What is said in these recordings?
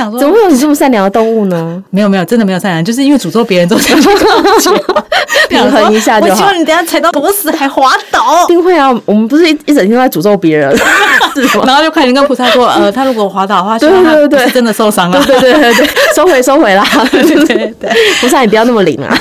想怎说么会有你这么善良的动物呢？没有没有，真的没有善良，就是因为诅咒别人之后才 平衡一下就好我希望你等一下踩到狗屎还滑倒 一。定会啊！我们不是一一整天都在诅咒别人，是吗？然后就快点跟菩萨说，呃，他如果滑倒 的话，希对望他对对不是对真的受伤啊了对。 对对对对，收回收回啦！对对对对，菩萨你不要那么灵啊！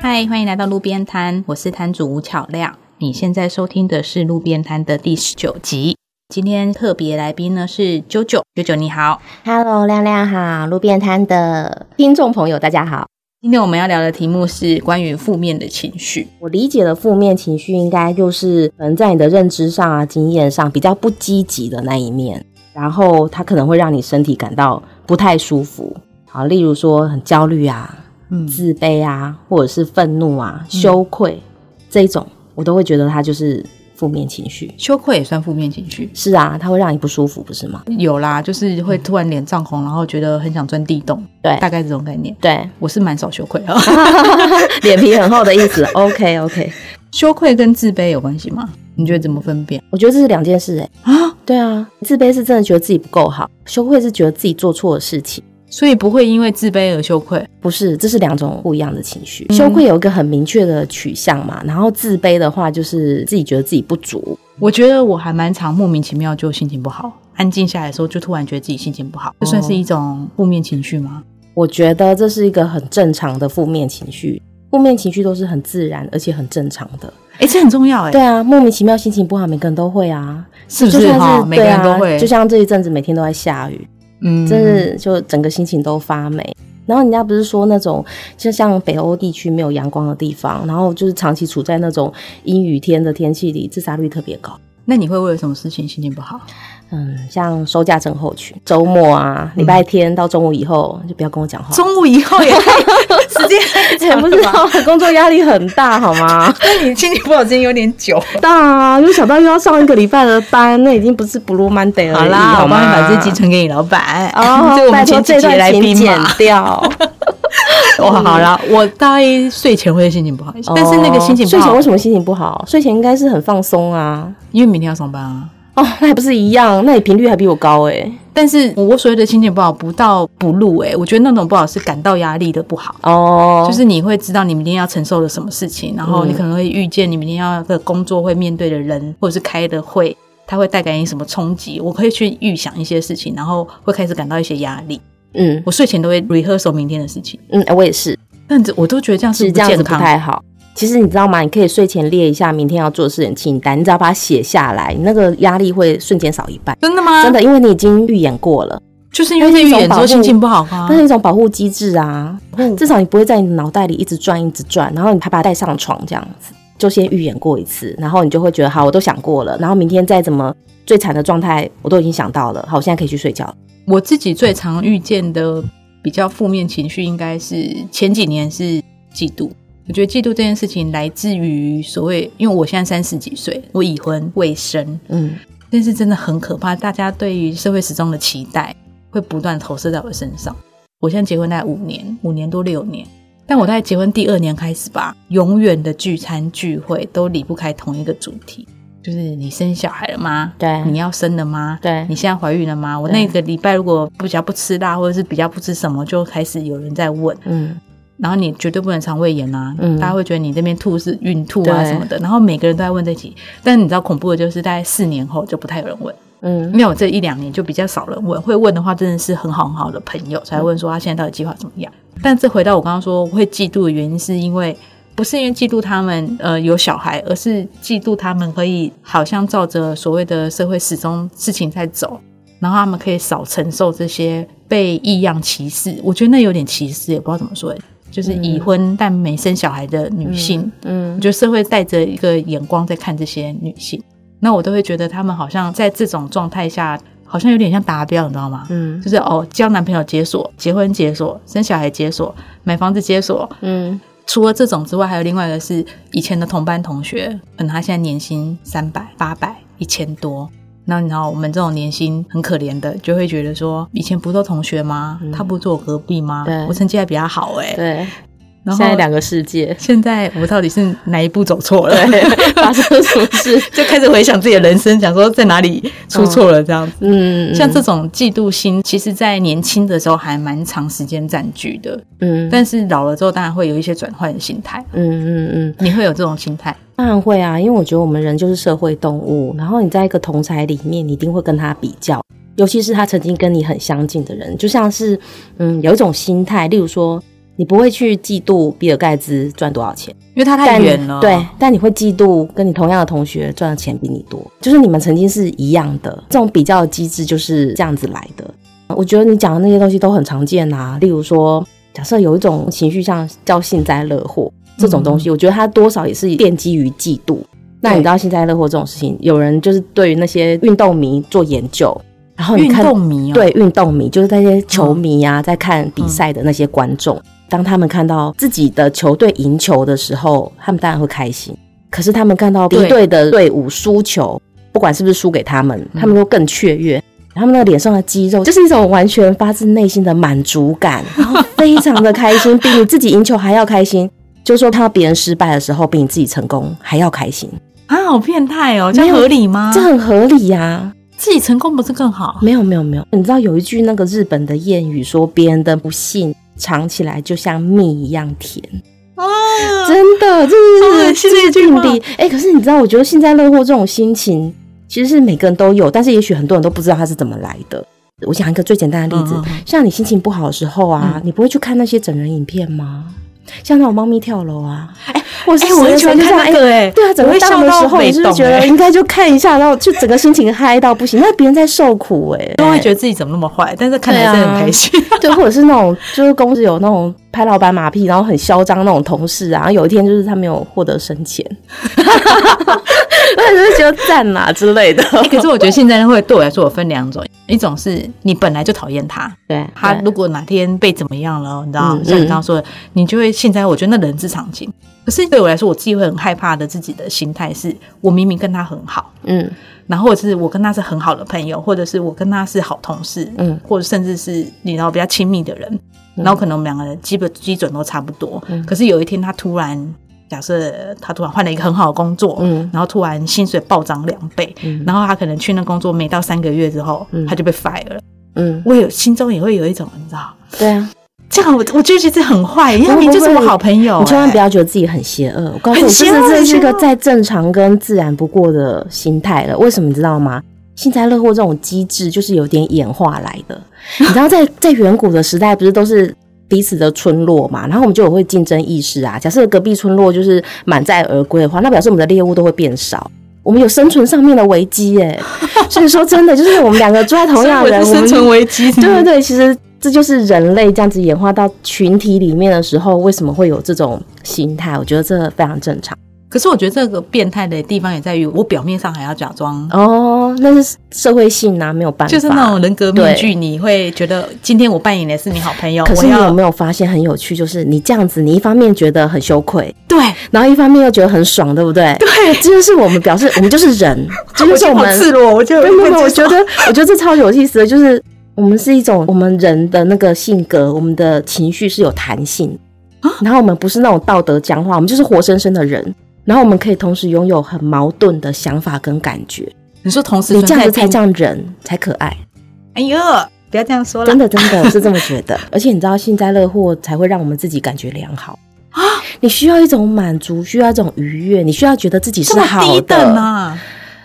嗨，欢迎来到路边摊，我是摊主吴巧亮。你现在收听的是路边摊的第十九集。今天特别来宾呢是啾啾，啾啾你好。 Hello，亮亮好，路边摊的听众朋友大家好。今天我们要聊的题目是关于负面的情绪。我理解的负面情绪，应该就是可能在你的认知上啊、经验上比较不积极的那一面，然后它可能会让你身体感到不太舒服。好，例如说很焦虑啊、嗯自卑啊，或者是愤怒啊、羞愧、这一种，我都会觉得它就是负面情绪。羞愧也算负面情绪。是啊，它会让你不舒服，不是吗？有啦，就是会突然脸涨红，然后觉得很想钻地洞，嗯对大概这种概念。对，我是蛮少羞愧啊， 脸皮很厚的意 思。OK OK，羞愧跟自卑有关系吗？你觉得怎么分辨我觉得这是两件事哎、啊？对啊，自卑是真的觉得自己不够好，羞愧是觉得自己做错了事情。所以不会因为自卑而羞愧，不是，这是两种不一样的情绪。嗯羞愧有一个很明确的取向嘛，然后自卑的话就是自己觉得自己不足。我觉得我还蛮常莫名其妙就心情不好，安静下来的时候就突然觉得自己心情不好，这算哦是一种负面情绪吗？我觉得这是一个很正常的负面情绪，负面情绪都是很自然而且很正常的。哎、这很重要哎、对啊，莫名其妙心情不好，每个人都会啊，是不就是算哈？是每个人都对会，啊，就像这一阵子每天都在下雨，嗯真是就整个心情都发霉。然后人家不是说那种就像北欧地区没有阳光的地方，然后就是长期处在那种阴雨天的天气里，自杀率特别高。那你会为了什么事情心情不 好？嗯，像收假症候群，周末啊，礼拜天到中午以后就不要跟我讲话。 中午以后也太时间太哎长不 了知吧？道，工作压力很大，好吗？ 那你心情不好时间有点久。大啊，又想到又要上一个礼拜的班，那已经不是 Blue Monday 了。好啦，我好帮你吗？把这集传给你老板。哦 这，我拜们托前几这集段来请宾剪嘛。掉。 哦，好啦，我大概睡前会心情不好一些， 但是那个心情哦不睡前好为，什么心情不好？睡前应该是很放松啊。因为明天要上班啊。 哦，那还不是一样？那你频率还比我高哎、但是我所谓的心情不好，不到不入诶、我觉得那种不好是感到压力的不好，哦，嗯就是你会知道你明天要承受的什么事情，然后你可能会遇见你明天要的工作会面对的人，或者是开的会，它会带给你什么冲击，我可以去预想一些事情，然后会开始感到一些压力。嗯我睡前都会 rehearsal 明天的事情，嗯，我也是，但是我都觉得这样其是实不这样健子不康的。太好。其实你知道吗？你可以睡前列一下明天要做的事情清单，你只要把它写下来，你那个压力会瞬间少一半。真的吗？真的，因为你已经预演过了，就是因为这预演之后心情不好啊吗那？是一种保护机制啊。嗯至少你不会在你脑袋里一直转一直转，然后你还把它带上床这样子，就先预演过一次，然后你就会觉得好，我都想过了，然后明天再怎么最惨的状态我都已经想到了，好，我现在可以去睡觉了。我自己最常遇见的比较负面情绪，应该是前几年是嫉妒。我觉得嫉妒这件事情来自于所谓，因为我现在三十几岁，我已婚未生，嗯，但是真的很可怕。大家对于社会时钟的期待会不断投射在我身上。我现在结婚大概五年，五年多六年，但我大概结婚第二年开始吧，永远的聚餐聚会都离不开同一个主题，就是你生小孩了吗？对你要生了吗？对你现在怀孕了吗？我对那个礼拜如果比较不吃辣，或者是比较不吃什么，就开始有人在问。嗯，然后你绝对不能肠胃炎啊，嗯大家会觉得你这边吐是孕吐啊对什么的。然后每个人都在问这题，但你知道恐怖的就是，大概四年后就不太有人问，嗯因为我这一两年就比较少人问，会问的话真的是很好很好的朋友才会问说他现在到底计划怎么样。但这回到我刚刚说我会嫉妒的原因，是因为不是因为嫉妒他们呃有小孩，而是嫉妒他们可以好像照着所谓的社会始终事情在走，然后他们可以少承受这些被异样歧视。我觉得那有点歧视，也不知道怎么说，欸就是已婚但没生小孩的女性，我嗯，觉得社会带着一个眼光在看这些女性，那我都会觉得她们好像在这种状态下，好像有点像达标，你知道吗？嗯就是哦，交男朋友解锁，结婚解锁，生小孩解锁，买房子解锁。嗯，除了这种之外，还有另外一个是以前的同班同学，可能他现在年薪三百、八百、一千多。那你知道我们这种年薪很可怜的，就会觉得说，以前不都同学吗？他不坐我隔壁吗？嗯对我成绩还比他好哎、对，然后，现在两个世界现在我到底是哪一步走错了？对， 发生了什么事？就开始回想自己的人生，想说在哪里出错了这样子。嗯，像这种嫉妒心，其实，在年轻的时候还蛮长时间占据的，嗯，嗯但是老了之后，当然会有一些转换的心态。嗯嗯，你会有这种心态，当然会啊，因为我觉得我们人就是社会动物，然后你在一个同才里面，你一定会跟他比较，尤其是他曾经跟你很相近的人，就像是嗯，有一种心态，例如说。你不会去嫉妒比尔盖茨赚多少钱，因为它太但远了。对，但你会嫉妒跟你同样的同学赚的钱比你多，就是你们曾经是一样的，这种比较的机制就是这样子来的。我觉得你讲的那些东西都很常见啊，例如说，假设有一种情绪像叫幸灾乐祸这嗯种东西，我觉得它多少也是奠基于嫉妒。那你知道幸灾乐祸这种事情，有人就是对于那些运动迷做研究，然后你运看动迷哦，对运动迷，就是那些球迷啊，在看比赛的那些观众，当他们看到自己的球队赢球的时候，他们当然会开心。可是他们看到敌对队的队伍输球，不管是不是输给他们，他们都更雀跃。他们那个脸上的肌肉，就是一种完全发自内心的满足感，然后非常的开心，比你自己赢球还要开心。就是说，看到别人失败的时候，比你自己成功还要开心，啊，好变态哦，这没样有合理吗？这很合理呀、自己成功不是更好？没有没有没有，你知道有一句那个日本的谚语说，别人的不幸尝起来就像蜜一样甜，啊，真的，这好恶是心这的是一句定话理。哎、可是你知道，我觉得幸灾乐祸这种心情，其实是每个人都有，但是也许很多人都不知道它是怎么来的。我讲一个最简单的例子，嗯嗯嗯像你心情不好的时候啊，你不会去看那些整人影片吗？像那种猫咪跳楼啊，哎、我是哎，我很喜欢看哎、那个哎，对啊，整我个会笑到欸的时到候，没你是不懂是觉 得哎，应该就看一下，然后就整个心情嗨到不行？那别人在受苦哎、都会觉得自己怎么那么坏，但是看起来真的很开心。 对，啊或者是那种就是公司有那种拍老板马屁，然后很嚣张那种同事啊，然后有一天就是他没有获得升迁， 那就是觉得赞啦之类的。哎可是我觉得现在会对我来说，我分两种，一种是你本来就讨厌他，对，啊他对如果哪天被怎么样了，你知道，嗯像你嗯刚刚说的，你就会现在我觉得那人之常情。可是对我来说，我自己会很害怕的，自己的心态是我明明跟他很好，嗯然后或者是我跟他是很好的朋友，或者是我跟他是好同事，嗯或者甚至是你知道比较亲密的人，嗯然后可能我们两个人基本基准都差不多，嗯可是有一天他突然。假设他突然换了一个很好的工作，嗯然后突然薪水暴涨两倍，嗯然后他可能去那工作没到三个月之后，嗯他就被 fire 了。嗯，我有心中也会有一种你知道，对啊，这样我我就觉得很坏，因为不你就是不我会好朋友、哎你千万不要要觉得自己很邪恶。我告诉你，很这邪恶是很这是一邪个恶再正常跟自然不过的心态了。为什么你知道吗？幸灾乐祸这种机制就是有点演化来的。你知 道在，在远古的时代，不是都是彼此的村落嘛？然后我们就有会竞争意识啊。假设隔壁村落就是满载而归的话，那表示我们的猎物都会变少。我们有生存上面的危 机耶、所以说真的就是我们两个住在同样的人，我生们存危机， 对对对，其实这就是人类这样子演化到群体里面的时候，为什么会有这种心态？我觉得这非常正常可是我觉得这个变态的地方也在于，我表面上还要假装，哦。那是社会性啊，没有办法。就是那种人格面具，你会觉得今天我扮演的是你好朋友，可是我你要有没有发现很有趣？就是你这样子，你一方面觉得很羞愧，对然后一方面又觉得很爽，对不对？对，这就是我们表示，我们就是人，这 就是我我好们赤裸，我就 没有没有，我我觉得我觉得这超有意思的，就是我们是一种我们人的那个性格，我们的情绪是有弹性，然后我们不是那种道德僵化，我们就是活生生的人。然后我们可以同时拥有很矛盾的想法跟感觉，你说同时你这样子存在才并叫人，才可爱。哎呦，不要这样说了真，的，真的，我是这么觉得。 而且你知道，幸灾乐祸才会让我们自己感觉良好啊！你需要一种满足，需要一种愉悦，你需要觉得自己这是么好低的等啊，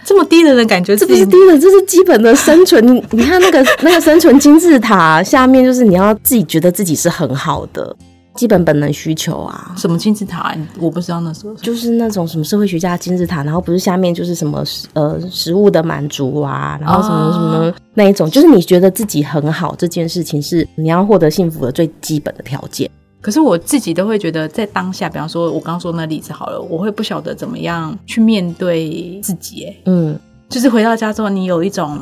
这么低等的感觉，这不是低等，这是基本的生存。你你看那个那个生存金字塔下面，就是你要自己觉得自己是很好的，基本本能需求啊，什么金字塔啊，你我不知道那时候就是那种什么社会学家金字塔，然后不是下面就是什么食呃食物的满足啊，然后什么哦什么那一种，就是你觉得自己很好这件事情是你要获得幸福的最基本的条件。可是我自己都会觉得，在当下，比方说我刚刚说那例子好了，我会不晓得怎么样去面对自己。哎，嗯，就是回到家之后，你有一种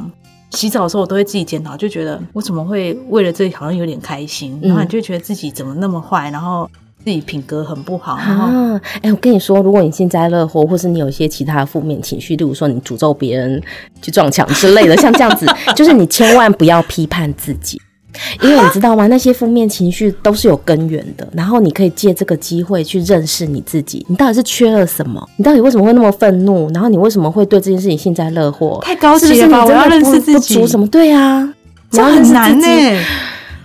洗澡的时候，我都会自己检讨，就觉得我怎么会为了这里好像有点开心，嗯然后你就觉得自己怎么那么坏，然后自己品格很不好，然后。啊，哎、我跟你说，如果你幸灾乐祸，或是你有一些其他的负面情绪，例如说你 诅咒别人去撞墙之类的，像这样子，就是你千万不要批判自己。因为你知道吗？那些负面情绪都是有根源的，然后你可以借这个机会去认识你自己，你到底是缺了什么？你到底为什么会那么愤怒？然后你为什么会对这件事情幸灾乐祸？太高是不级了是你吧？我真要的认识不自不己足，什么？对啊，你这要认很识难欸自呢、己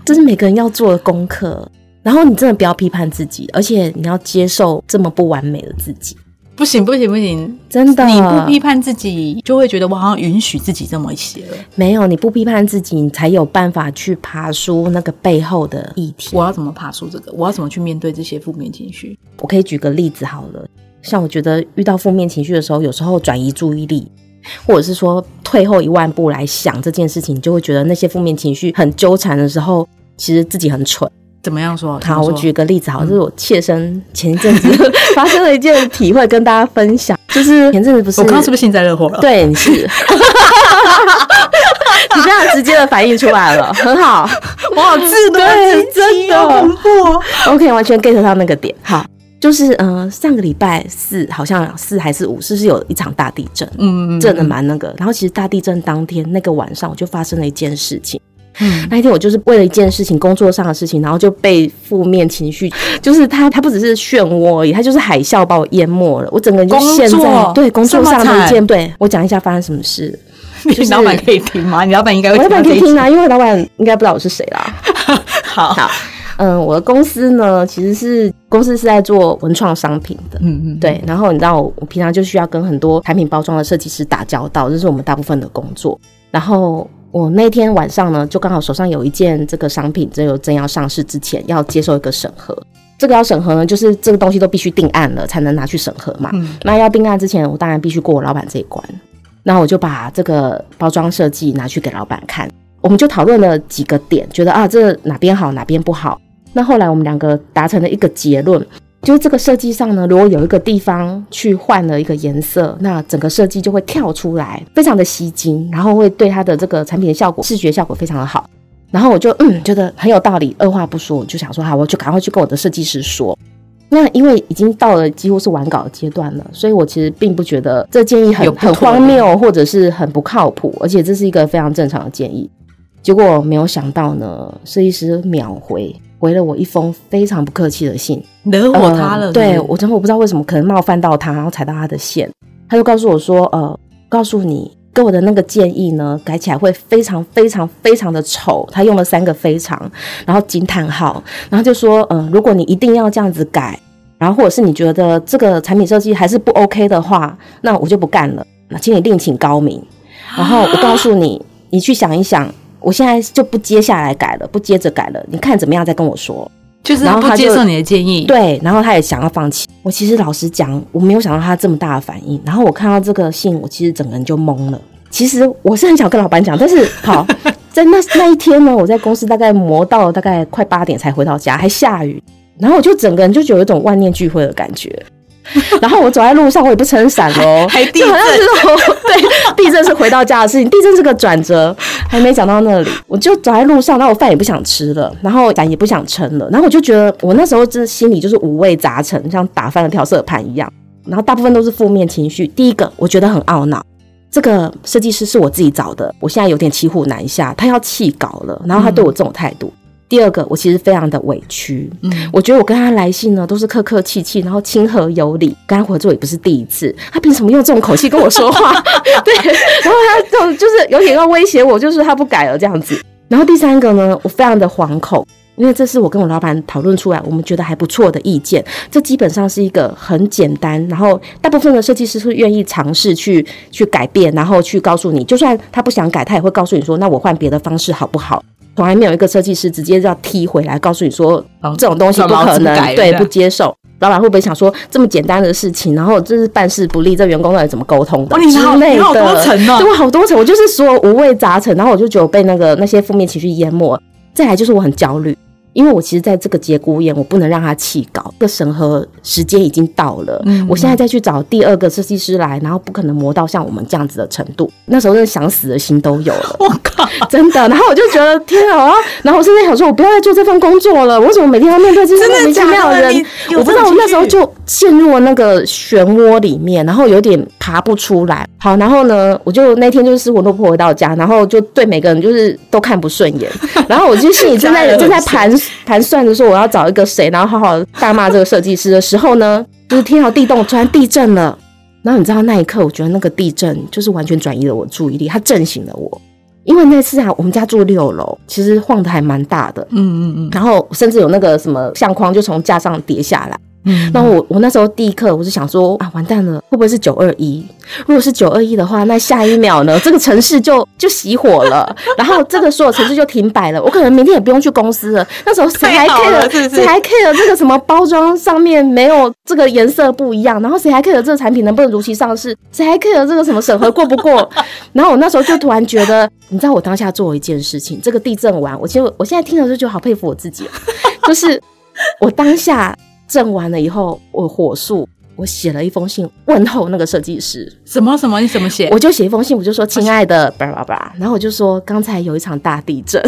这是每个人要做的功课。然后你真的不要批判自己，而且你要接受这么不完美的自己，不行不行不行，真的。你不批判自己，就会觉得我好像允许自己这么一些了。没有，你不批判自己，你才有办法去爬出那个背后的议题。我要怎么爬出这个？我要怎么去面对这些负面情绪？我可以举个例子好了，像我觉得遇到负面情绪的时候，有时候转移注意力，或者是说退后一万步来想这件事情，你就会觉得那些负面情绪很纠缠的时候，其实自己很蠢。怎么样说？怎好，么我说举个例子，嗯好，这是我切身前一阵子 发生的一件体会，跟大家分享。就是前阵子不是，我刚刚是不是幸灾乐祸了？， 对，你是， 你非常直接的反应出 来了，很好。我好自得对其真极的哦恐怖哦！ OK，完全 get 到那个点。好，就是嗯、呃上个礼拜四好像四还是五，是不是有一场大地震？嗯，震的蛮那个。然后其实大地震当天那个晚上，我就发生了一件事情。嗯那一天我就是为了一件事情，工作上的事情，然后就被负面情绪，就是它，它不只是漩涡而已，它就是海啸把我淹没了。我整个人就陷工在作对工作这么上的一惨件，对我讲一下发生什么事。 你老板可以听 吗？你老板应该会我老板到可这以一听集。啊，因为我老板应该不知道我是谁啦。好，好，嗯，我的公司呢，其实是公司是在做文创商品的。嗯嗯，对，然后你知道我我平常就需要跟很多产品包装的设计师打交道，这是我们大部分的工作。然后我那天晚上呢，就刚好手上有一件这个商品，只有正要上市之前要接受一个审核。这个要审核呢，就是这个东西都必须定案了才能拿去审核嘛。嗯那要定案之前，我当然必须过我老板这一关。那我就把这个包装设计拿去给老板看，我们就讨论了几个点，觉得啊这哪边好哪边不好。那后来我们两个达成了一个结论，就是这个设计上呢，如果有一个地方去换了一个颜色，那整个设计就会跳出来，非常的吸睛，然后会对它的这个产品的效果、视觉效果非常的好。然后我就嗯觉得很有道理，二话不说我就想说好，我就赶快去跟我的设计师说。那因为已经到了几乎是完稿的阶段了，所以我其实并不觉得这建议很有不很妥荒谬或者是很不靠谱，而且这是一个非常正常的建议。结果没有想到呢，设计师秒回回了我一封非常不客气的信，惹火他了。是不是呃对我真的我不知道为什么，可能冒犯到他，然后踩到他的线。他就告诉我说：“呃，告诉你，给我的那个建议呢，改起来会非常非常非常的丑。”他用了三个非常，然后惊叹号，然后就说：“嗯、如果你一定要这样子改，然后或者是你觉得这个产品设计还是不 OK 的话，那我就不干了。那请你另请高明。然后我告诉你，你去想一想。”我现在就不接下来改了，不接着改了，你看怎么样再跟我说。就是然他后他不接就受你的建议。，对，然后他也想要放弃。我其实老实讲，我没有想到他这么大的反应。然后我看到这个信，我其实整个人就懵了。其实我是很想跟老板讲，但是好，在那那一天呢，我在公司大概磨到大概快八点才回到家，还下雨。然后我就整个人就有一种万念俱灰的 感觉。然后我走在路上，我也不撑伞喽，还地哦就好像是我 对地震是回到家的事情，地震是个转折，还没讲到那里，我就走在路上，然后我饭也不想吃了，然后伞也不想撑了，然后我就觉得我那时候真的心里就是五味杂陈，像打翻了调色盘一样，然后大部分都是负面情绪。第一个，我觉得很懊恼。这个设计师是我自己找的，我现在有点骑虎难下，他要弃稿了，然后他对我这种态度。第二个，我其实非常的委屈，嗯，我觉得我跟他来信呢，都是客客气气，然后亲和有礼。跟他合作也不是第一次，他凭什么用这种口气跟我说话？ 对，然后他这种就是有点要威胁我，就是他不改了这样子。然后第三个呢，我非常的惶恐，因为这是我跟我老板讨论出来，我们觉得还不错的意见。这基本上是一个很简单，然后大部分的设计师是愿意尝试去去改变，然后去告诉你，就算他不想改，他也会告诉你说，那我换别的方式好不好？从来没有一个设计师直接要踢回来，告诉你说哦这种东西不老可子不能，改对，了不接受。老板会不会想说这么简单的事情，然后这是办事不力，这员工到底怎么沟通的哇，之你好，类你的？好多层哦对。我好多层，我就是所有五味杂陈，然后我就觉得我被那个那些负面情绪淹没。再来就是我很焦虑，因为我其实在这个节骨眼，我不能让他弃稿，这个审核时间已经到了，嗯我现在再去找第二个设计师来，然后不可能磨到像我们这样子的程度。那时候真的想死的心都有了。我靠，真的，然后我就觉得天啊，我要然后我甚至想说，我不要再做这份工作了，我为什么每天要面对这些真的莫名其假的妙的人你？有我不知道，这种我那时候情绪就陷入了那个漩涡里面，然后有点爬不出来。好，然后呢，我就那天就是我落魄回到家，然后就对每个人就是都看不顺眼，然后我就心里正家在人正在很盘盘算着说我要找一个谁，然后好好大骂这个设计师的时候呢，就是天摇地动，突然地震了。然后你知道那一刻，我觉得那个地震就是完全转移了我注意力，它震醒了我。因为那次啊，我们家住六楼，其实晃的还蛮大的，嗯嗯嗯然后甚至有那个什么相框就从架上跌下来。嗯，然后我我那时候第一刻我是想说啊，完蛋了，会不会是九二一？如果是九二一的话，那下一秒呢， 这个城市就就熄火了， 然后这个所有城市就停摆了。我可能明天也不用去公司了。那时候谁还太好 care 了是不是谁还 care 这个什么包装上面没有这个颜色不一样？然后谁还 care 这个产品能不能如期上市？谁还 care 这个什么审核过不过？ 然后我那时候就突然觉得，你知道我当下做了一件事情，这个地震完，我就我现在听了就 觉得好佩服我自己哦，就是我当下震完了以后，我火速。我写了一封信问候那个设计师，什么什么你怎么写？我就写一封信，我就说：“亲爱的，巴拉巴拉。”然后我就说：“刚才有一场大地震。”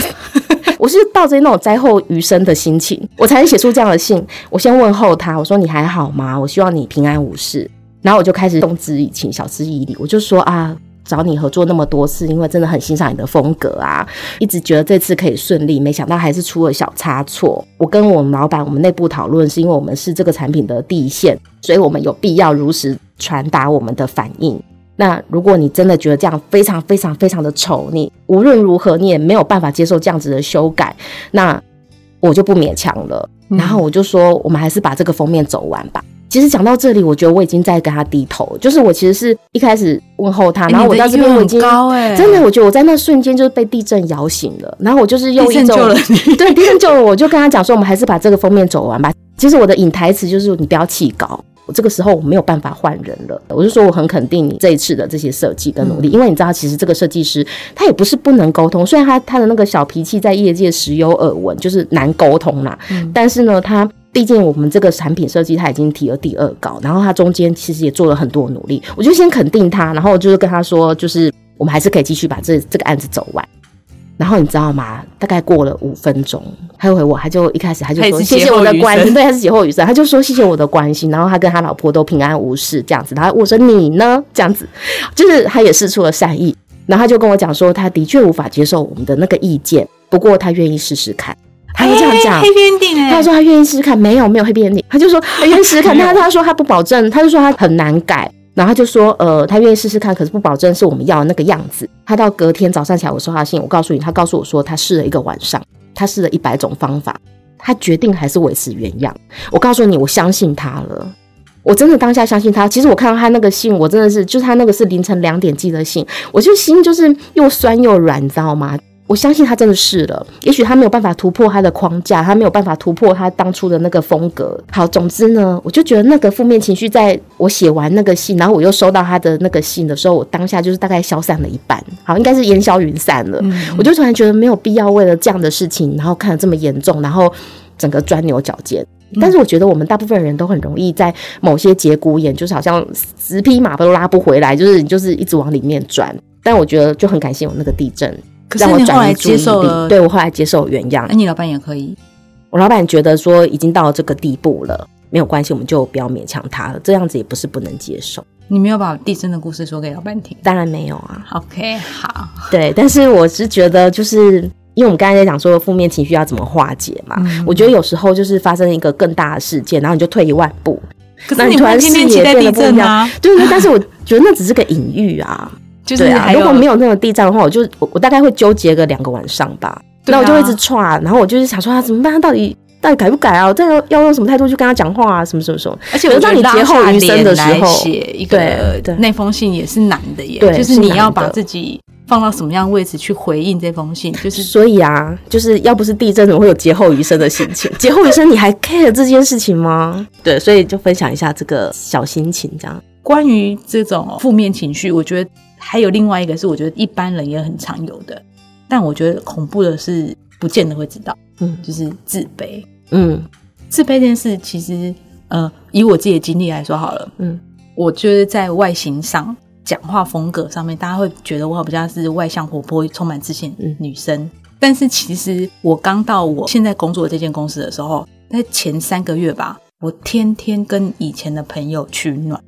我是抱着那种灾后余生的心情，我才能写出这样的信。我先问候他，我说：“你还好吗？我希望你平安无事。”然后我就开始动之以情，晓之以理，我就说：“啊。”找你合作那么多次，因为真的很欣赏你的风格啊，一直觉得这次可以顺利，没想到还是出了小差错。我跟我们老板，我们内部讨论，是因为我们是这个产品的第一线，所以我们有必要如实传达我们的反应。那如果你真的觉得这样非常非常非常的丑，你无论如何你也没有办法接受这样子的修改，那我就不勉强了。嗯然后我就说，我们还是把这个封面走完吧。其实讲到这里，我觉得我已经在跟他低头，就是我其实是一开始问候他，哎然后你我的到这 EQ 边我已很经、高哎，真的，我觉得我在那瞬间就是被地震摇醒了，然后我就是用地一震种救了你。对，地震救了我，就跟他讲说，我们还是把这个封面走完吧。其实我的隐台词就是你不要气高，我这个时候我没有办法换人了，我就说我很肯定你这一次的这些设计跟努力，因为你知道，其实这个设计师他也不是不能沟通，虽然他他的那个小脾气在业界时有耳闻，就是难沟通啦，嗯但是呢，他。毕竟我们这个产品设计他已经提了第二稿，然后他中间其实也做了很多努力，我就先肯定他，然后就是跟他说，就是我们还是可以继续把这这个案子走完。然后你知道吗？大概过了五分钟，他又回我，他就一开始他就他说也是谢谢劫后我的余关心， 生对，他是劫后余生，他就说谢谢我的关心，然后他跟他老婆都平安无事这样子，然后我说你呢？这样子，就是他也试出了善意，然后他就跟我讲说，他的确无法接受我们的那个意见，不过他愿意试试看， 他就这样讲。哎 黑边定哎，他说他愿意试试看，没有没有黑边脸，他就说他愿意试试看，但他他说他不保证，他就说他很难改，然后他就说呃他愿意试试看，可是不保证是我们要的那个样子。他到隔天早上起来，我收到信，我告诉你，他告诉我说他试了一个晚上，他试了一百种方法，他决定还是维持原样。我告诉你，我相信他了。我真的当下相信他。其实我看到他那个信，我真的是，就是他那个是凌晨两点寄的信，我就心就是又酸又软，你知道吗？我相信他真的是了，也许他没有办法突破他的框架，他没有办法突破他当初的那个风格。好，总之呢，我就觉得那个负面情绪，在我写完那个信，然后我又收到他的那个信的时候，我当下就是大概消散了一半，好，应该是烟消云散了。嗯我就突然觉得没有必要为了这样的事情，然后看得这么严重，然后整个钻牛角尖。嗯但是我觉得我们大部分人都很容易在某些节骨眼，就是好像十匹马都拉不回来，就是你就是一直往里面钻。但我觉得就很感谢有那个地震，可是让我你后转来移注意接受力。了，对我后来接受原样哎，，你老板也可以，我老板觉得说已经到了这个地步了，没有关系，我们就不要勉强他了，这样子也不是不能接受。你没有把地震的故事说给老板听。当然没有啊， OK，好，对，但是我是觉得就是。因为我们刚才在讲说负面情绪要怎么化解嘛，嗯我觉得有时候就是发生一个更大的事件，然后你就退一万步，可那是你你突不然能天天视野期待变地得不一震啊，对对，但是我觉得那只是个隐喻 啊，就是对啊，还如果没有有那种地震的话，我就我我大概会纠结个两个晚上吧。对那啊我就会一直串，然后我就是想说啊，怎么办？他到底到底改不改啊？我这要要用什么态度去跟他讲话啊？什么什么什么？而且我等到你劫后余生的时候写一个对对那封信也是难的耶，对就是是你难要的把自己放到什么样的位置去回应这封信，就是所以啊，就是要不是地震，怎么会有劫后余生的心情？劫后余生，你还 care 这件事情吗？对，所以就分享一下这个小心情，这样。关于这种负面情绪，我觉得还有另外一个是，我觉得一般人也很常有的，但我觉得恐怖的是不见得会知道，嗯就是自卑。嗯自卑这件事，其实呃，以我自己的经历来说好了，嗯我觉得在外形上、讲话风格上面，大家会觉得我好比较是外向、活泼、充满自信的女生。但是其实我刚到我现在工作的这间公司的时候，在前三个月吧，我天天跟以前的朋友取暖。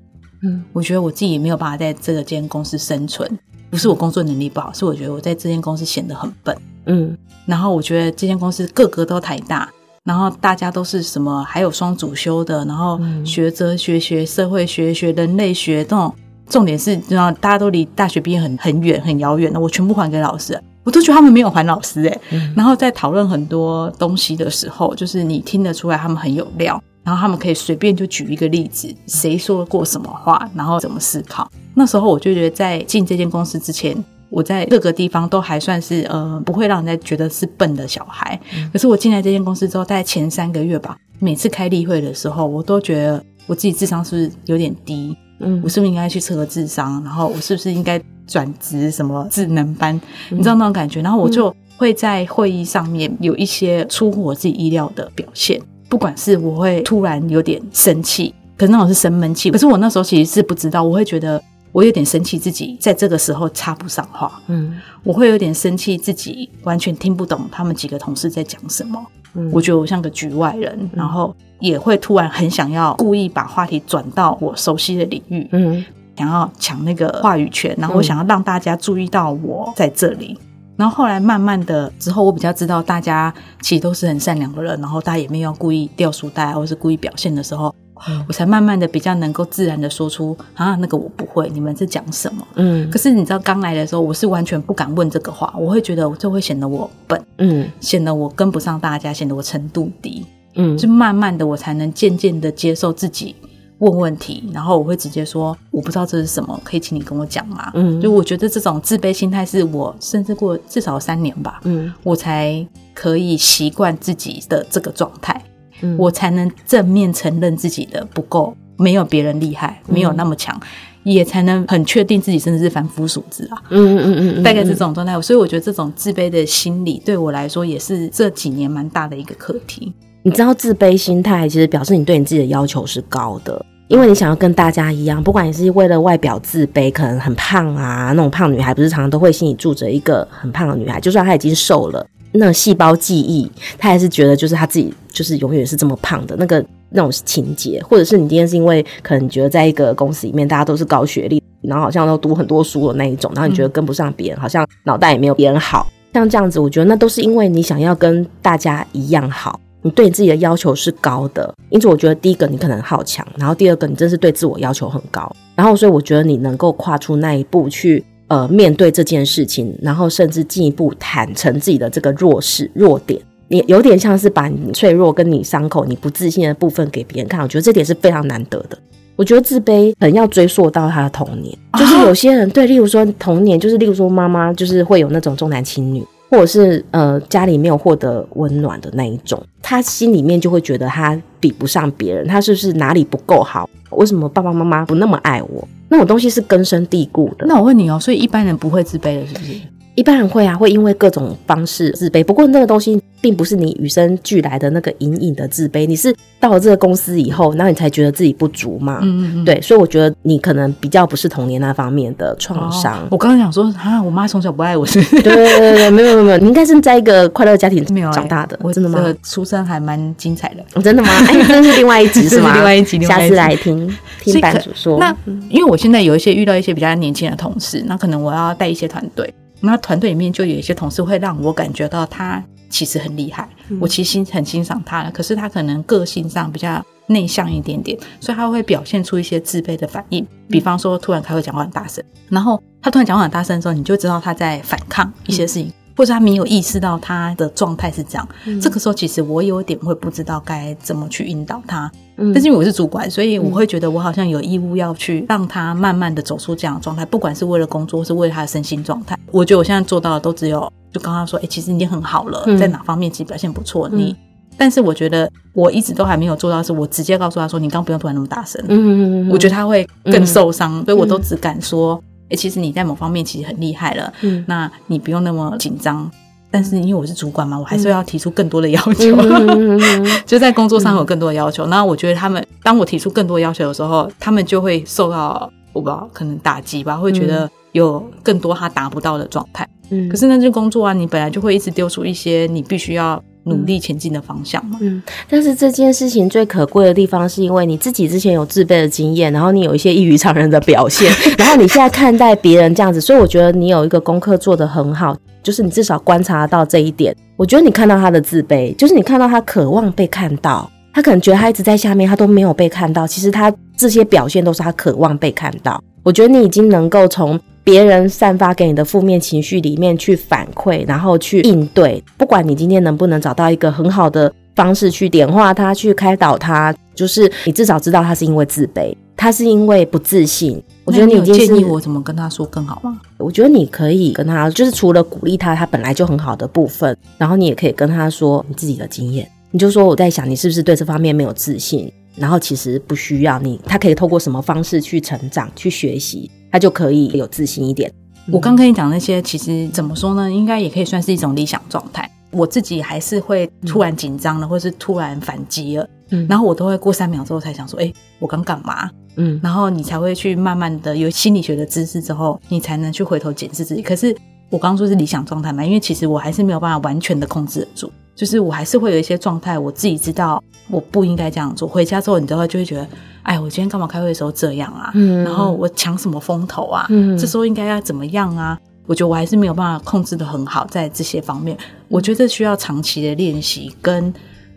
嗯，我觉得我自己没有办法在这个间公司生存，不是我工作能力不好，是我觉得我在这间公司显得很笨。嗯然后我觉得这间公司个个都台大，然后大家都是什么，还有双主修的，然后嗯学哲学、学社会学、学人类学这种。重点是，然后大家都离大学毕业很很远、很遥远的，我全部还给老师，我都觉得他们没有还老师哎、嗯然后在讨论很多东西的时候，就是你听得出来他们很有料，然后他们可以随便就举一个例子，谁说过什么话，然后怎么思考。那时候我就觉得，在进这间公司之前，我在各个地方都还算是呃不会让人家觉得是笨的小孩。可是我进来这间公司之后，大概前三个月吧，每次开例会的时候，我都觉得我自己智商是不是有点低？嗯我是不是应该去测个智商？然后我是不是应该转职什么智能班？你知道那种感觉？然后我就会在会议上面有一些出乎我自己意料的表现，不管是我会突然有点生气，可是那种是生闷气，可是我那时候其实是不知道，我会觉得我有点生气自己在这个时候插不上话，嗯我会有点生气自己完全听不懂他们几个同事在讲什么。嗯我觉得我像个局外人，然后也会突然很想要故意把话题转到我熟悉的领域，嗯想要抢那个话语权，然后我嗯想要让大家注意到我在这里。然后后来慢慢的之后，我比较知道大家其实都是很善良的人，然后大家也没有要故意掉书袋或是故意表现的时候，嗯我才慢慢的比较能够自然的说出啊那个我不会，你们在讲什么？嗯可是你知道刚来的时候，我是完全不敢问这个话，我会觉得我这会显得我笨，嗯显得我跟不上大家，显得我程度低。嗯就慢慢的，我才能渐渐的接受自己问问题，然后我会直接说我不知道这是什么，可以请你跟我讲吗？嗯就我觉得这种自卑心态是我甚至过至少三年吧，嗯我才可以习惯自己的这个状态，嗯我才能正面承认自己的不够，没有别人厉害，没有嗯那么强，也才能很确定自己甚至是凡夫俗子啊。嗯嗯嗯嗯大概是这种状态，所以我觉得这种自卑的心理对我来说也是这几年蛮大的一个课题。你知道自卑心态其实表示你对你自己的要求是高的，因为你想要跟大家一样，不管你是为了外表自卑，可能很胖啊，那种胖女孩不是常常都会心里住着一个很胖的女孩，就算她已经瘦了，那种细胞记忆，她还是觉得就是她自己就是永远是这么胖的那个那种情节，或者是你今天是因为可能你觉得在一个公司里面大家都是高学历，然后好像都读很多书的那一种，然后你觉得跟不上别人，好像脑袋也没有别人好。像这样子，我觉得那都是因为你想要跟大家一样好，你对你自己的要求是高的，因此我觉得第一个你可能好强，然后第二个你真是对自我要求很高，然后所以我觉得你能够跨出那一步去呃面对这件事情，然后甚至进一步坦诚自己的这个弱势弱点。你有点像是把你脆弱跟你伤口、你不自信的部分给别人看，我觉得这点是非常难得的。我觉得自卑很要追溯到他的童年，就是有些人对，例如说童年，就是例如说妈妈就是会有那种重男轻女，或者是呃家里没有获得温暖的那一种，他心里面就会觉得他比不上别人，他是不是哪里不够好？为什么爸爸妈妈不那么爱我？那种东西是根深蒂固的。那我问你哦，所以一般人不会自卑的，是不是？一般人会啊，会因为各种方式自卑。不过那个东西并不是你与生俱来的那个隐隐的自卑，你是到了这个公司以后，然后你才觉得自己不足嘛。嗯嗯嗯，对，所以我觉得你可能比较不是童年那方面的哦。创伤。我刚刚想说啊，我妈从小不爱我，是不是对对对对，没有没有没有，你应该是在一个快乐的家庭没有、欸、长大的，我真的吗？这出生还蛮精彩的。真的吗？哎，这是另外一集这是是吗？另外一集另外一下集次来听所听以可版主说。那因为我现在有一些遇到一些比较年轻的同事，那可能我要带一些团队，那团队里面就有一些同事会让我感觉到他其实很厉害，嗯我其实欣很欣赏他，可是他可能个性上比较内向一点点，所以他会表现出一些自卑的反应，比方说突然开会讲话很大声，然后他突然讲话很大声的时候，你就知道他在反抗一些事情。或者他没有意识到他的状态是这样，嗯这个时候其实我有点会不知道该怎么去引导他，嗯但是因为我是主管，所以我会觉得我好像有义务要去让他慢慢的走出这样的状态，不管是为了工作，或是为了他的身心状态。我觉得我现在做到的都只有，就刚刚说，哎、其实你已经很好了，嗯在哪方面其实表现不错，嗯你。但是我觉得我一直都还没有做到，是我直接告诉他说，你刚刚不用突然那么大声，嗯，嗯嗯嗯，我觉得得他会更受伤，所以我都只敢说，哎、其实你在某方面其实很厉害了，嗯那你不用那么紧张。但是因为我是主管嘛，我还是要提出更多的要求。嗯嗯嗯嗯嗯嗯就在工作上有更多的要求。那我觉得他们，当我提出更多要求的时候，他们就会受到我不知道可能打击吧，会觉得有更多他达不到的状态。嗯，可是那就是工作啊，你本来就会一直丢出一些你必须要努力前进的方向嘛。嗯，但是这件事情最可贵的地方，是因为你自己之前有自卑的经验，然后你有一些异于常人的表现，然后你现在看待别人这样子，所以我觉得你有一个功课做得很好，就是你至少观察到这一点。我觉得你看到他的自卑，就是你看到他渴望被看到，他可能觉得他一直在下面，他都没有被看到，其实他这些表现都是他渴望被看到。我觉得你已经能够从别人散发给你的负面情绪里面去反馈，然后去应对。不管你今天能不能找到一个很好的方式去点化他，去开导他，就是你至少知道他是因为自卑，他是因为不自信。我觉得那你已有经建议是，我怎么跟他说更好吗？我觉得你可以跟他，就是除了鼓励他他本来就很好的部分，然后你也可以跟他说你自己的经验，你就说我在想你是不是对这方面没有自信，然后其实不需要你，他可以透过什么方式去成长、去学习，他就可以有自信一点。我刚跟你讲那些，其实怎么说呢？应该也可以算是一种理想状态。我自己还是会突然紧张了，或是突然反击了，嗯然后我都会过三秒之后才想说，哎、我刚干嘛？嗯然后你才会去慢慢的有心理学的知识之后，你才能去回头检视自己。可是我刚刚说是理想状态嘛，因为其实我还是没有办法完全的控制得住，就是我还是会有一些状态，我自己知道我不应该这样做。回家之后，你知道就会觉得，哎，我今天干嘛开会的时候这样啊？嗯然后我抢什么风头啊？嗯这时候应该要怎么样啊？我觉得我还是没有办法控制的很好，在这些方面，我觉得需要长期的练习跟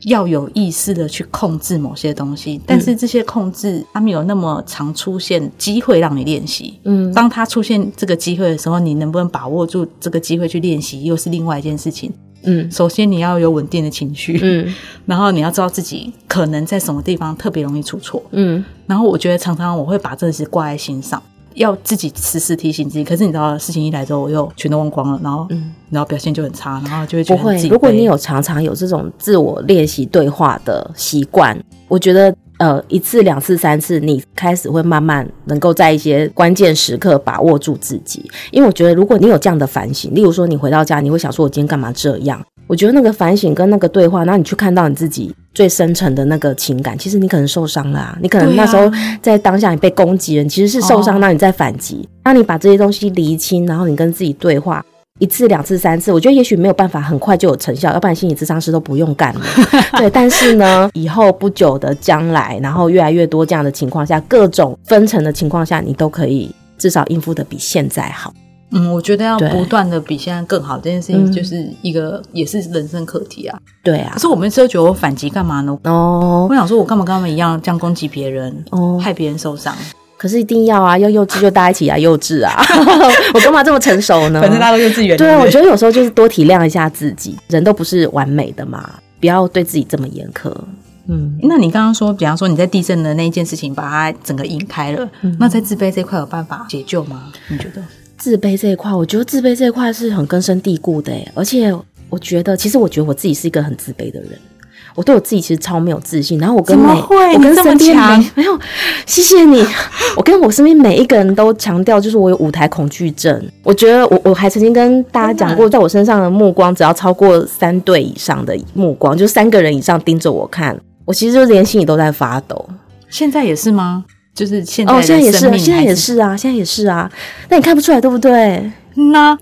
要有意识的去控制某些东嗯西。但是这些控制，他们有那么常出现机会让你练习。嗯当它出现这个机会的时候，你能不能把握住这个机会去练习，又是另外一件事情。嗯首先，你要有稳定的情绪，嗯然后你要知道自己可能在什么地方特别容易出错。嗯然后我觉得常常我会把这些挂在心上，要自己时时提醒自己。可是你知道，事情一来之后，我又全都忘光了，然后，嗯然后表现就很差，然后就会觉不得很会自。卑如果你有常常有这种自我练习对话的习惯，我觉得呃一次、两次、三次，你开始会慢慢能够在一些关键时刻把握住自己。因为我觉得，如果你有这样的反省，例如说你回到家，你会想说我今天干嘛这样？我觉得那个反省跟那个对话，然后你去看到你自己最深层的那个情感，其实你可能受伤了、啊，你可能那时候对 在当下你被攻击了，你其实是受伤，哦那你在反击，那你把这些东西厘清，然后你跟自己对话。一次、两次、三次，我觉得也许没有办法很快就有成效，要不然心理咨商师都不用干了。对，但是呢，以后不久的将来，然后越来越多这样的情况下，各种分层的情况下，你都可以至少应付的比现在好。嗯，我觉得要对不断的比现在更好，这件事嗯情就是一个、也是人生课题啊。对啊可，是我们是觉得我反击干嘛呢？哦我想说，我干嘛跟他们一样这样攻击别人，哦，害别人受伤？可是一定要啊，要幼稚就大家一起来幼稚啊！ 我干嘛这么成熟呢？家都幼稚园对啊，不我觉得有时候就是多体谅一下自己，人都不是完美的嘛，不要对自己这么严苛。嗯，那你刚刚说，比方说你在地震的那一件事情，把它整个引开了，那在自卑这一块有办法解救吗？你觉得？自卑这一块，我觉得自卑这一块是很根深蒂固的欸耶，而且我觉得，其实我觉得我自己是一个很自卑的人。我对我自己其实超没有自信，然后我跟怎么每会我跟你这么身边强每没有，谢谢你，我跟我身边每一个人都强调，就是我有舞台恐惧症。我觉得我我还曾经跟大家讲过，在我身上的目光只要超过三对以上的目光，就三个人以上盯着我看，我其实就连心里都在发抖。现在也是吗？就是现在哦，的现在也是生啊，命现在也还是是啊，现在也是啊，那你看不出来对不对？ 那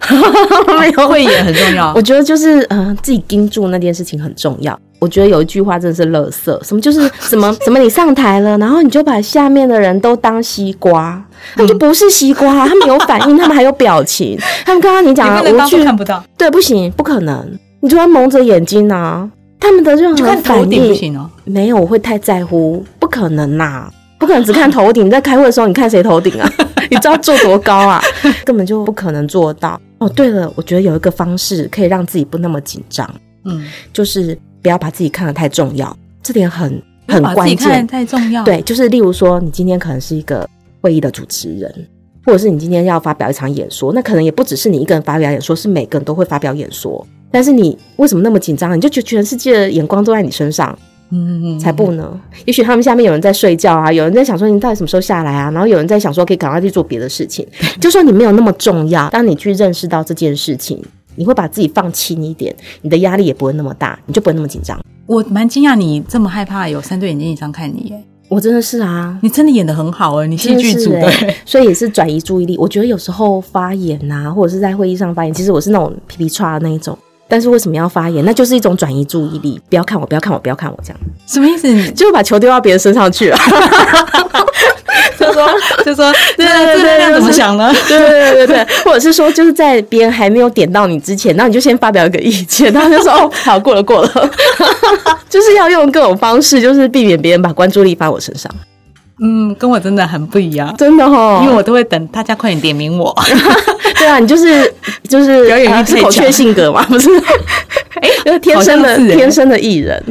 没有慧眼很重要我。觉得就是嗯、呃自己盯住那件事情很重要。我觉得有一句话真的是垃圾，什么就是 什么什么，你上台了，然后你就把下面的人都当西瓜，他们就不是西瓜，他们有反应，他们还有表情，他们刚刚你讲啊的无趣，不到，对，不行，不可能，你就要蒙着眼睛啊，他们的任就何看头反顶不应，行哦。没有，我会太在乎，不可能呐、不可能只看头顶。你在开会的时候，你看谁 头顶啊？你知道做多高啊？根本就不可能做到。哦，对了，我觉得有一个方式可以让自己不那么紧张，嗯，就是不要把自己看得太重要，这点很很把自关己看键得。太重要。，对，就是例如说，你今天可能是一个会议的主持人，或者是你今天要发表一场演说，那可能也不只是你一个人发表演说，是每个人都会发表演说。但是你为什么那么紧张？你就觉得全世界的眼光都在你身上，嗯，才不呢！也许他们下面有人在睡觉啊，有人在想说你到底什么时候下来啊，然后有人在想说可以赶快去做别的事情。就说你没有那么重要，当你去认识到这件事情，你会把自己放轻一点，你的压力也不会那么大，你就不会那么紧张。我蛮惊讶你这么害怕有三对眼睛以上看你耶，我真的是啊，你真的演的很好哎，你戏剧组的真的是欸，所以也是转移注意力。我觉得有时候发言啊，或者是在会议上发言，其实我是那种皮皮叉的那一种，但是为什么要发言？那就是一种转移注意力，不要看我，不要看我，不要看我，这样 什么意思？就把球丢到别人身上去了。就 说就说，对对这对个量怎么想呢？对 对对对对，或者是说，就是在别人还没有点到你之前，那你就先发表一个意见，然 后就说哦，好，过了过了， 就是要用各种方式，就是避免别人把关注力发我身上，嗯，跟我真的很不一样，真的哦，因为我都会等大家快点点名我。对啊，你就是就是表演欲呃太是孔雀强性格嘛， 不是？哎、 就是天生好的像是欸天生的艺人，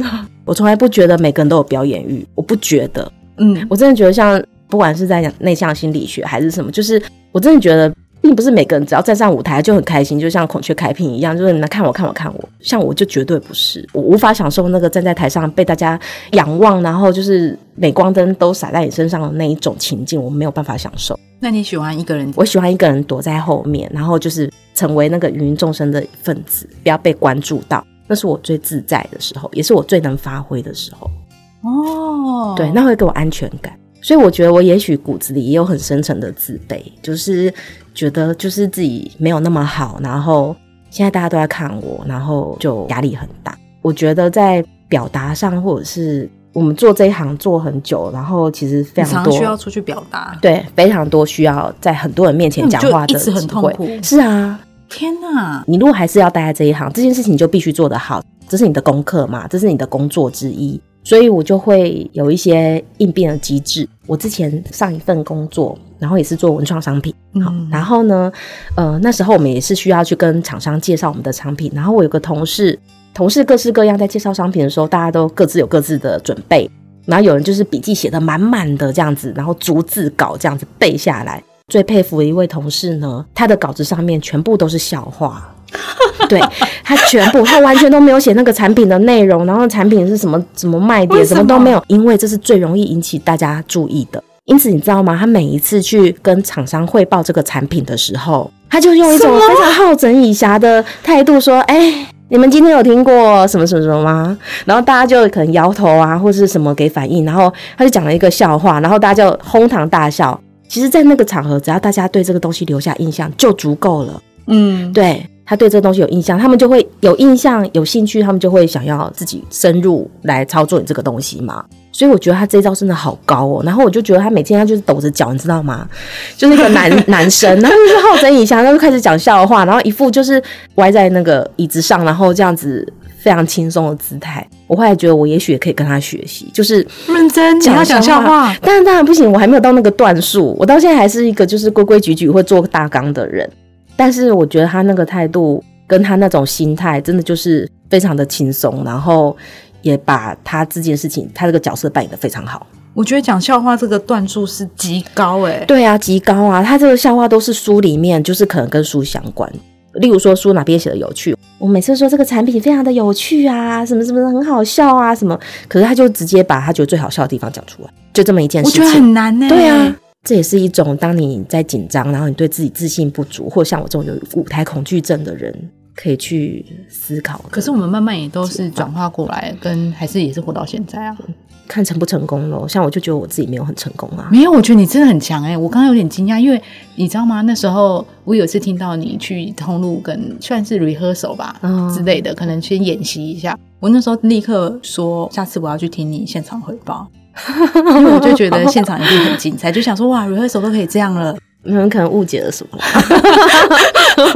我从来不觉得每个人都有表演欲，我不觉得，嗯，我真的觉得像不管是在讲内向心理学还是什么，就是我真的觉得。并不是每个人只要站上舞台就很开心，就像孔雀开屏一样，就是你们看我看我看我，像我就绝对不是，我无法享受那个站在台上被大家仰望，然后就是镁光灯都洒在你身上的那一种情境，我没有办法享受。那你喜欢一个人？我喜欢一个人躲在后面，然后就是成为那个芸芸众生的一份子，不要被关注到。那是我最自在的时候，也是我最能发挥的时候。哦，对，那会给我安全感。所以我觉得我也许骨子里也有很深沉的自卑，就是觉得就是自己没有那么好，然后现在大家都在看我，然后就压力很大。我觉得在表达上，或者是我们做这一行做很久，然后其实非你常常多常需要出去表达。对，非常多需要在很多人面前讲话那你就的一直很机痛会苦是啊，天哪，你如果还是要待在这一行，这件事情你就必须做得好，这是你的功课嘛，这是你的工作之一。所以我就会有一些应变的机制。我之前上一份工作，然后也是做文创商品，好，嗯然后呢，呃，那时候我们也是需要去跟厂商介绍我们的商品。然后我有个同事，同事各式各样，在介绍商品的时候，大家都各自有各自的准备。然后有人就是笔记写的满满的这样子，然后逐字稿这样子背下来。最佩服的一位同事呢，他的稿子上面全部都是笑话。 对他全部，他完全都没有写那个产品的内容，然后产品是什么怎么卖点，为什什么么都没有，因为这是最容易引起大家注意的。因此你知道吗？他每一次去跟厂商汇报这个产品的时候，他就用一种非常好整以暇的态度说：“哎、你们今天有听过什么什么什么吗？”然后大家就可能摇头啊，或是什么给反应，然后他就讲了一个笑话，然后大家就哄堂大笑。其实，在那个场合，只要大家对这个东西留下印象就足够了。嗯，对他对这个东西有印象，他们就会有印象、有兴趣，他们就会想要自己深入来操作你这个东西嘛。所以我觉得他这一招真的好高哦。然后我就觉得他每天他就是抖着脚，你知道吗？就是一个男男生，然后就是好整以暇，他就开始讲笑话，然后一副就是歪在那个椅子上，然后这样子非常轻松的姿态。我后来觉得我也许也可以跟他学习，就是认真，你要讲笑话， 当然，当然不行，我还没有到那个段数，我到现在还是一个就是规规矩矩会做大纲的人。但是我觉得他那个态度跟他那种心态，真的就是非常的轻松，然后也把他这件事情，他这个角色扮演的非常好。我觉得讲笑话这个段数是极高哎、对啊，极高啊！他这个笑话都是书里面，就是可能跟书相关。例如说书哪边写的有趣，我每次说这个产品非常的有趣啊，什么什么的很好笑啊，什么，可是他就直接把他觉得最好笑的地方讲出来，就这么一件我事情。觉得很难欸呢、对啊，，这也是一种当你在紧张，然后你对自己自信不足，或像我这种有舞台恐惧症的人，可以去思考的。可是我们慢慢也都是转化过来，跟还是也是活到现在啊。看成不成功咯，像我就觉得我自己没有很成功啊。没有，我觉得你真的很强哎、我刚刚有点惊讶，因为你知道吗？那时候我有一次听到你去通路跟算是 rehearsal 吧、嗯之类的，可能先演习一下。我那时候立刻说，下次我要去听你现场汇报，因为我就觉得现场一定很精彩，就想说哇，rehearsal 都可以这样了。你们可能误解了什么？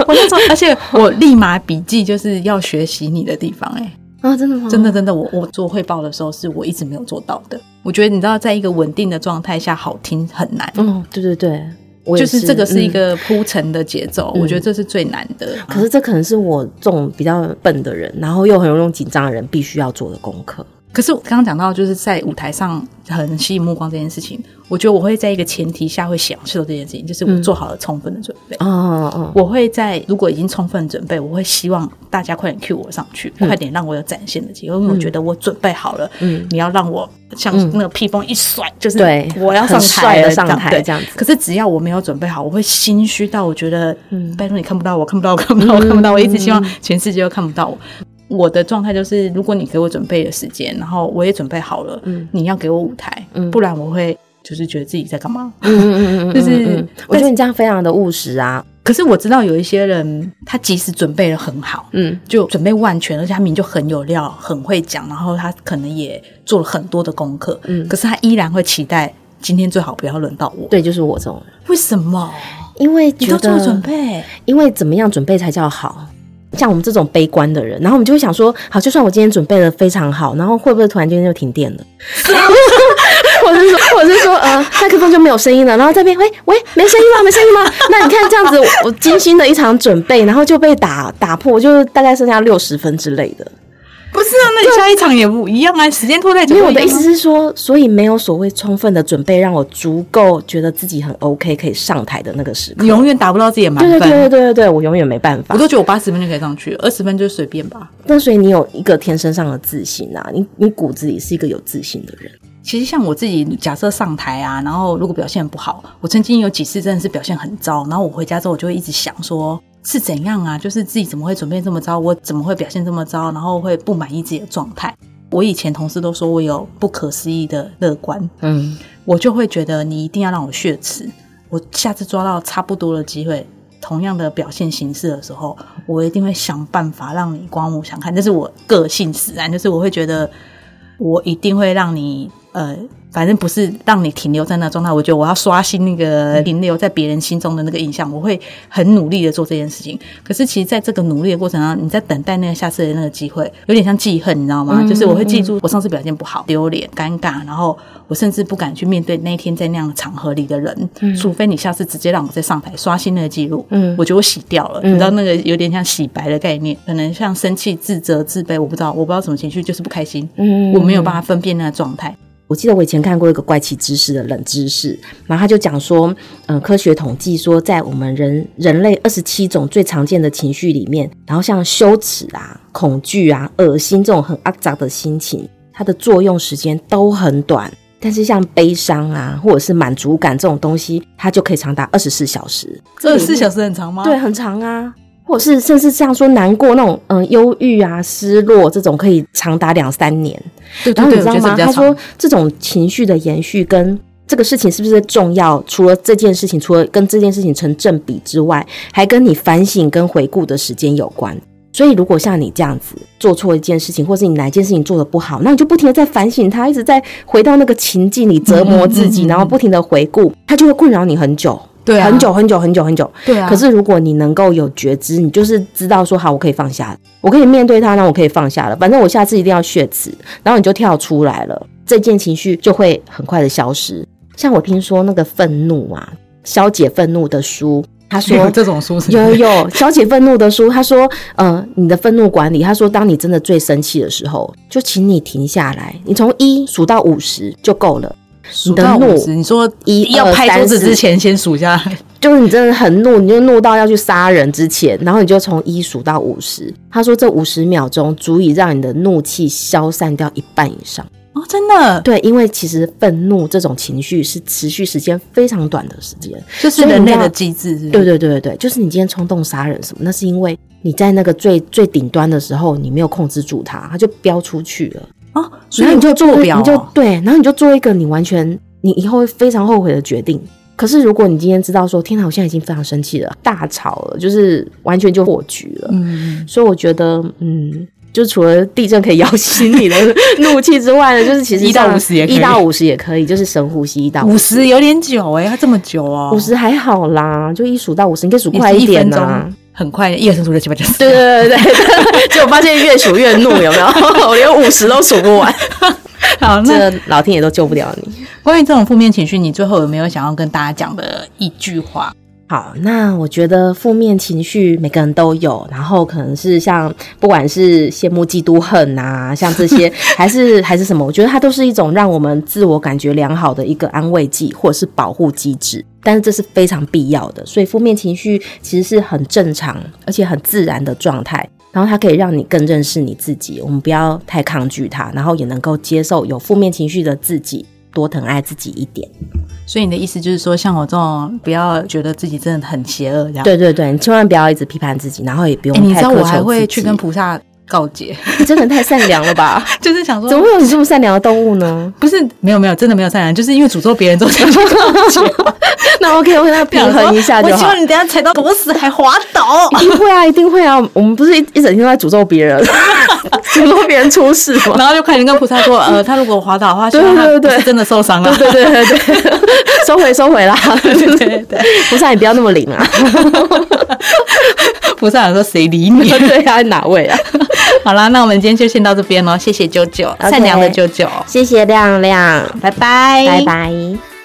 我那时候，而 且我立马笔记就是要学习你的地方哎、啊，真的吗？真的真的，我我做汇报的时候是我一直没有做到的。我觉得你知道，在一个稳定的状态下，好听很难。嗯，对对对，我也就是这个是一、嗯个铺陈的节奏，嗯我觉得这是最难的。可是这可能是我这种比较笨的人，然后又很容易紧张的人必须要做的功课。可是我刚刚讲到，就是在舞台上很吸引目光这件事情，我觉得我会在一个前提下会享受这件事情，就是嗯我做好了充分的准备。哦哦，我会在如果已经充分准备，我会希望大家快点 cue 我上去，快点让我有展现的机会，因为我觉得我准备好了。嗯你要让我像那个披风一甩，就是对我要上很帅台的了上台这样对这样子可是只要我没有准备好，我会心虚到我觉得，嗯拜托你看不到我，看不到我， 看不到我，看不到我，一直希望全世界都看不到我。我的状态就是，如果你给我准备的时间，然后我也准备好了，嗯你要给我舞台，不然我会就是觉得自己在干嘛。嗯嗯嗯嗯嗯嗯，就是嗯我觉得你这样非常的务实啊。可是我知道有一些人，他即使准备的很好，嗯，就准备万全，而且他明明就很有料，很会讲，然后他可能也做了很多的功课，嗯可是他依然会期待今天最好不要轮到我。对，就是我这种人，为什么？因为你觉都做得准备，因为怎么样准备才叫好？像我们这种悲观的人，然后我们就会想说，好，就算我今天准备的非常好，然后会不会突然间就停 电了？我是说，我是说，呃，麦克风就没有声音了，然后这边，喂喂，没声音吗？没声音吗？那你看这样子，我我精心的一场准备，然后就被打打破，就是大概剩下六十分之类的。不是啊？那你下一场也不一样啊，时间拖太久因不为一我样吗。的意思是说，所以没有所谓充分的准备，让我足够觉得自己很 OK 可以上台的那个时刻你。永远达不到自己的满对分。对对对对对对，我永远没办法我。都觉得我八十分就可以上去，二十分就随便吧。那所以你有一个天生上的自信啊，你你骨子里是一个有自信的人。其实像我自己，假设上台啊，然后如果表现不好，我曾经有几次真的是表现很糟，然后我回家之后我就会一直想说。是怎样啊？就是自己怎么会准备这么糟？我怎么会表现这么糟？然后会不满意自己的状态。我以前同事都说我有不可思议的乐观，嗯，我就会觉得你一定要让我血池。我下次抓到差不多的机会，同样的表现形式的时候，我一定会想办法让你刮目相看。这是我个性使然，就是我会觉得我一定会让你呃，反正不是让你停留在那状态。我觉得我要刷新那个停留在别人心中的那个印象，我会很努力的做这件事情。可是其实，在这个努力的过程中，你在等待那个下次的那个机会，有点像记恨，你知道吗？嗯就是我会记住我上次表现不好，丢脸、尴尬，然后我甚至不敢去面对那一天在那样的场合里的人，除非你下次直接让我再上台刷新那个记录，嗯我觉得我洗掉了，嗯你知道那个有点像洗白的概念，可能像生气、自责、自卑，我不知道，我不知道什么情绪，就是不开心，嗯我没有办法分辨那个状态。我记得我以前看过一个怪奇知识的冷知识，然后他就讲说，呃，科学统计说，在我们人人类二十七种最常见的情绪里面，然后像羞耻啊、恐惧啊、恶心这种很肮脏的心情，它的作用时间都很短。但是像悲伤啊，或者是满足感这种东西，它就可以长达二十四小时。二十四小时很长吗？对，，很长啊。或者是甚至像说难过那种，嗯、忧郁啊、失落这种，可以长达两三年。对然对哦对，后你知道我觉得吗？比较长他说这种情绪的延续跟这个事情是不是重要？除了这件事情，除了跟这件事情成正比之外，还跟你反省跟回顾的时间有关。所以，如果像你这样子做错一件事情，或是你哪一件事情做的不好，那你就不停的在反省它，一直在回到那个情境里折磨自嗯嗯己，嗯嗯然后不停的回顾，它就会困扰你很久，对啊，很，久很久很久很久。对啊。可是如果你能够有觉知，你就是知道说好，我可以放下了，我可以面对它，那我可以放下了，反正我下次一定要血耻，然后你就跳出来了，这件情绪就会很快的消失。像我听说那个愤怒啊，消解愤怒的书，他说 有这种书是不是有有消解愤怒的书，他说，呃，你的愤怒管理，他说，当你真的最生气的时候，就请你停下来，你从一数到五十就够了。数到你的怒五十，你说一要二拍桌三子四之前先数 下来，就是你真的很怒，你就怒到要去杀人之前，然后你就从一数到五十。他说这五十秒钟足以让你的怒气消散掉一半以上。哦，真的，对，因为其实愤怒这种情绪是持续时间非常短的时间。这是所以人你类要的机制，是不是对对对对对，就是你今天冲动杀人什么，那是因为你在那个最最顶端的时候，你没有控制住它，它就飙出去了。哦，所以然后你就做做表你就哦对，然后你就做一个你完全你以后会非常后悔的决定。可是如果你今天知道说，天哪，我现在已经非常生气了，大吵了，就是完全就破局了。嗯，所以我觉得，嗯，就除了地震可以摇醒 你的怒气之外呢，就是其实一到像50也可以一到五十也可以，就是深呼吸一到嗯五十有点久哎、欸，它这么久哦，五十还好啦，就一数到五十，你可以数也快是一点分呐、钟，很快，一二三四五六七八九十，对啊对对对对， 结果发现越数越怒，有没有？ 我连五十都数不完， 好，那这老天爷都救不了你。关于这种负面情绪，你最后有没有想要跟大家讲的一句话？好，那我觉得负面情绪每个人都有，然后可能是像不管是羡慕、嫉妒、恨啊，像这些，还是还是什么，我觉得它都是一种让我们自我感觉良好的一个安慰剂或者是保护机制，但是这是非常必要的，所以负面情绪其实是很正常而且很自然的状态。然后它可以让你更认识你自己，我们不要太抗拒它，然后也能够接受有负面情绪的自己，多疼爱自己一点。所以你的意思就是说，像我这种不要觉得自己真的很邪恶这样。哎哎对对对，你千万不要一直批判自己，然后也不用诶，你太知道苛我求还自会己去跟菩萨告诫，你真的太善良了 吧？ 就是想怎说，么会有你这么善良的动物呢？不是没有没有，真的没有善良，就是因为诅咒别人之后才去告诫。 那 OK，我跟他 平衡一下就我希好。望你等一下踩到狗屎还滑 倒。一定会啊，一定会啊！我们不是一一整天都在诅咒别人， 诅咒别人出事吗？然后就快点跟菩萨说，呃，他如果滑倒的话，希对望他对不对是真的受伤啊了。 对对对对对， 收回收回啦！对对对，菩萨，你 不要那么灵 啊！ 菩萨想啊说谁理 你？对啊，哪位啊？好啦，那我们今天就先到这边喽，谢谢啾啾，善良的啾啾，谢谢亮亮，拜拜，拜拜。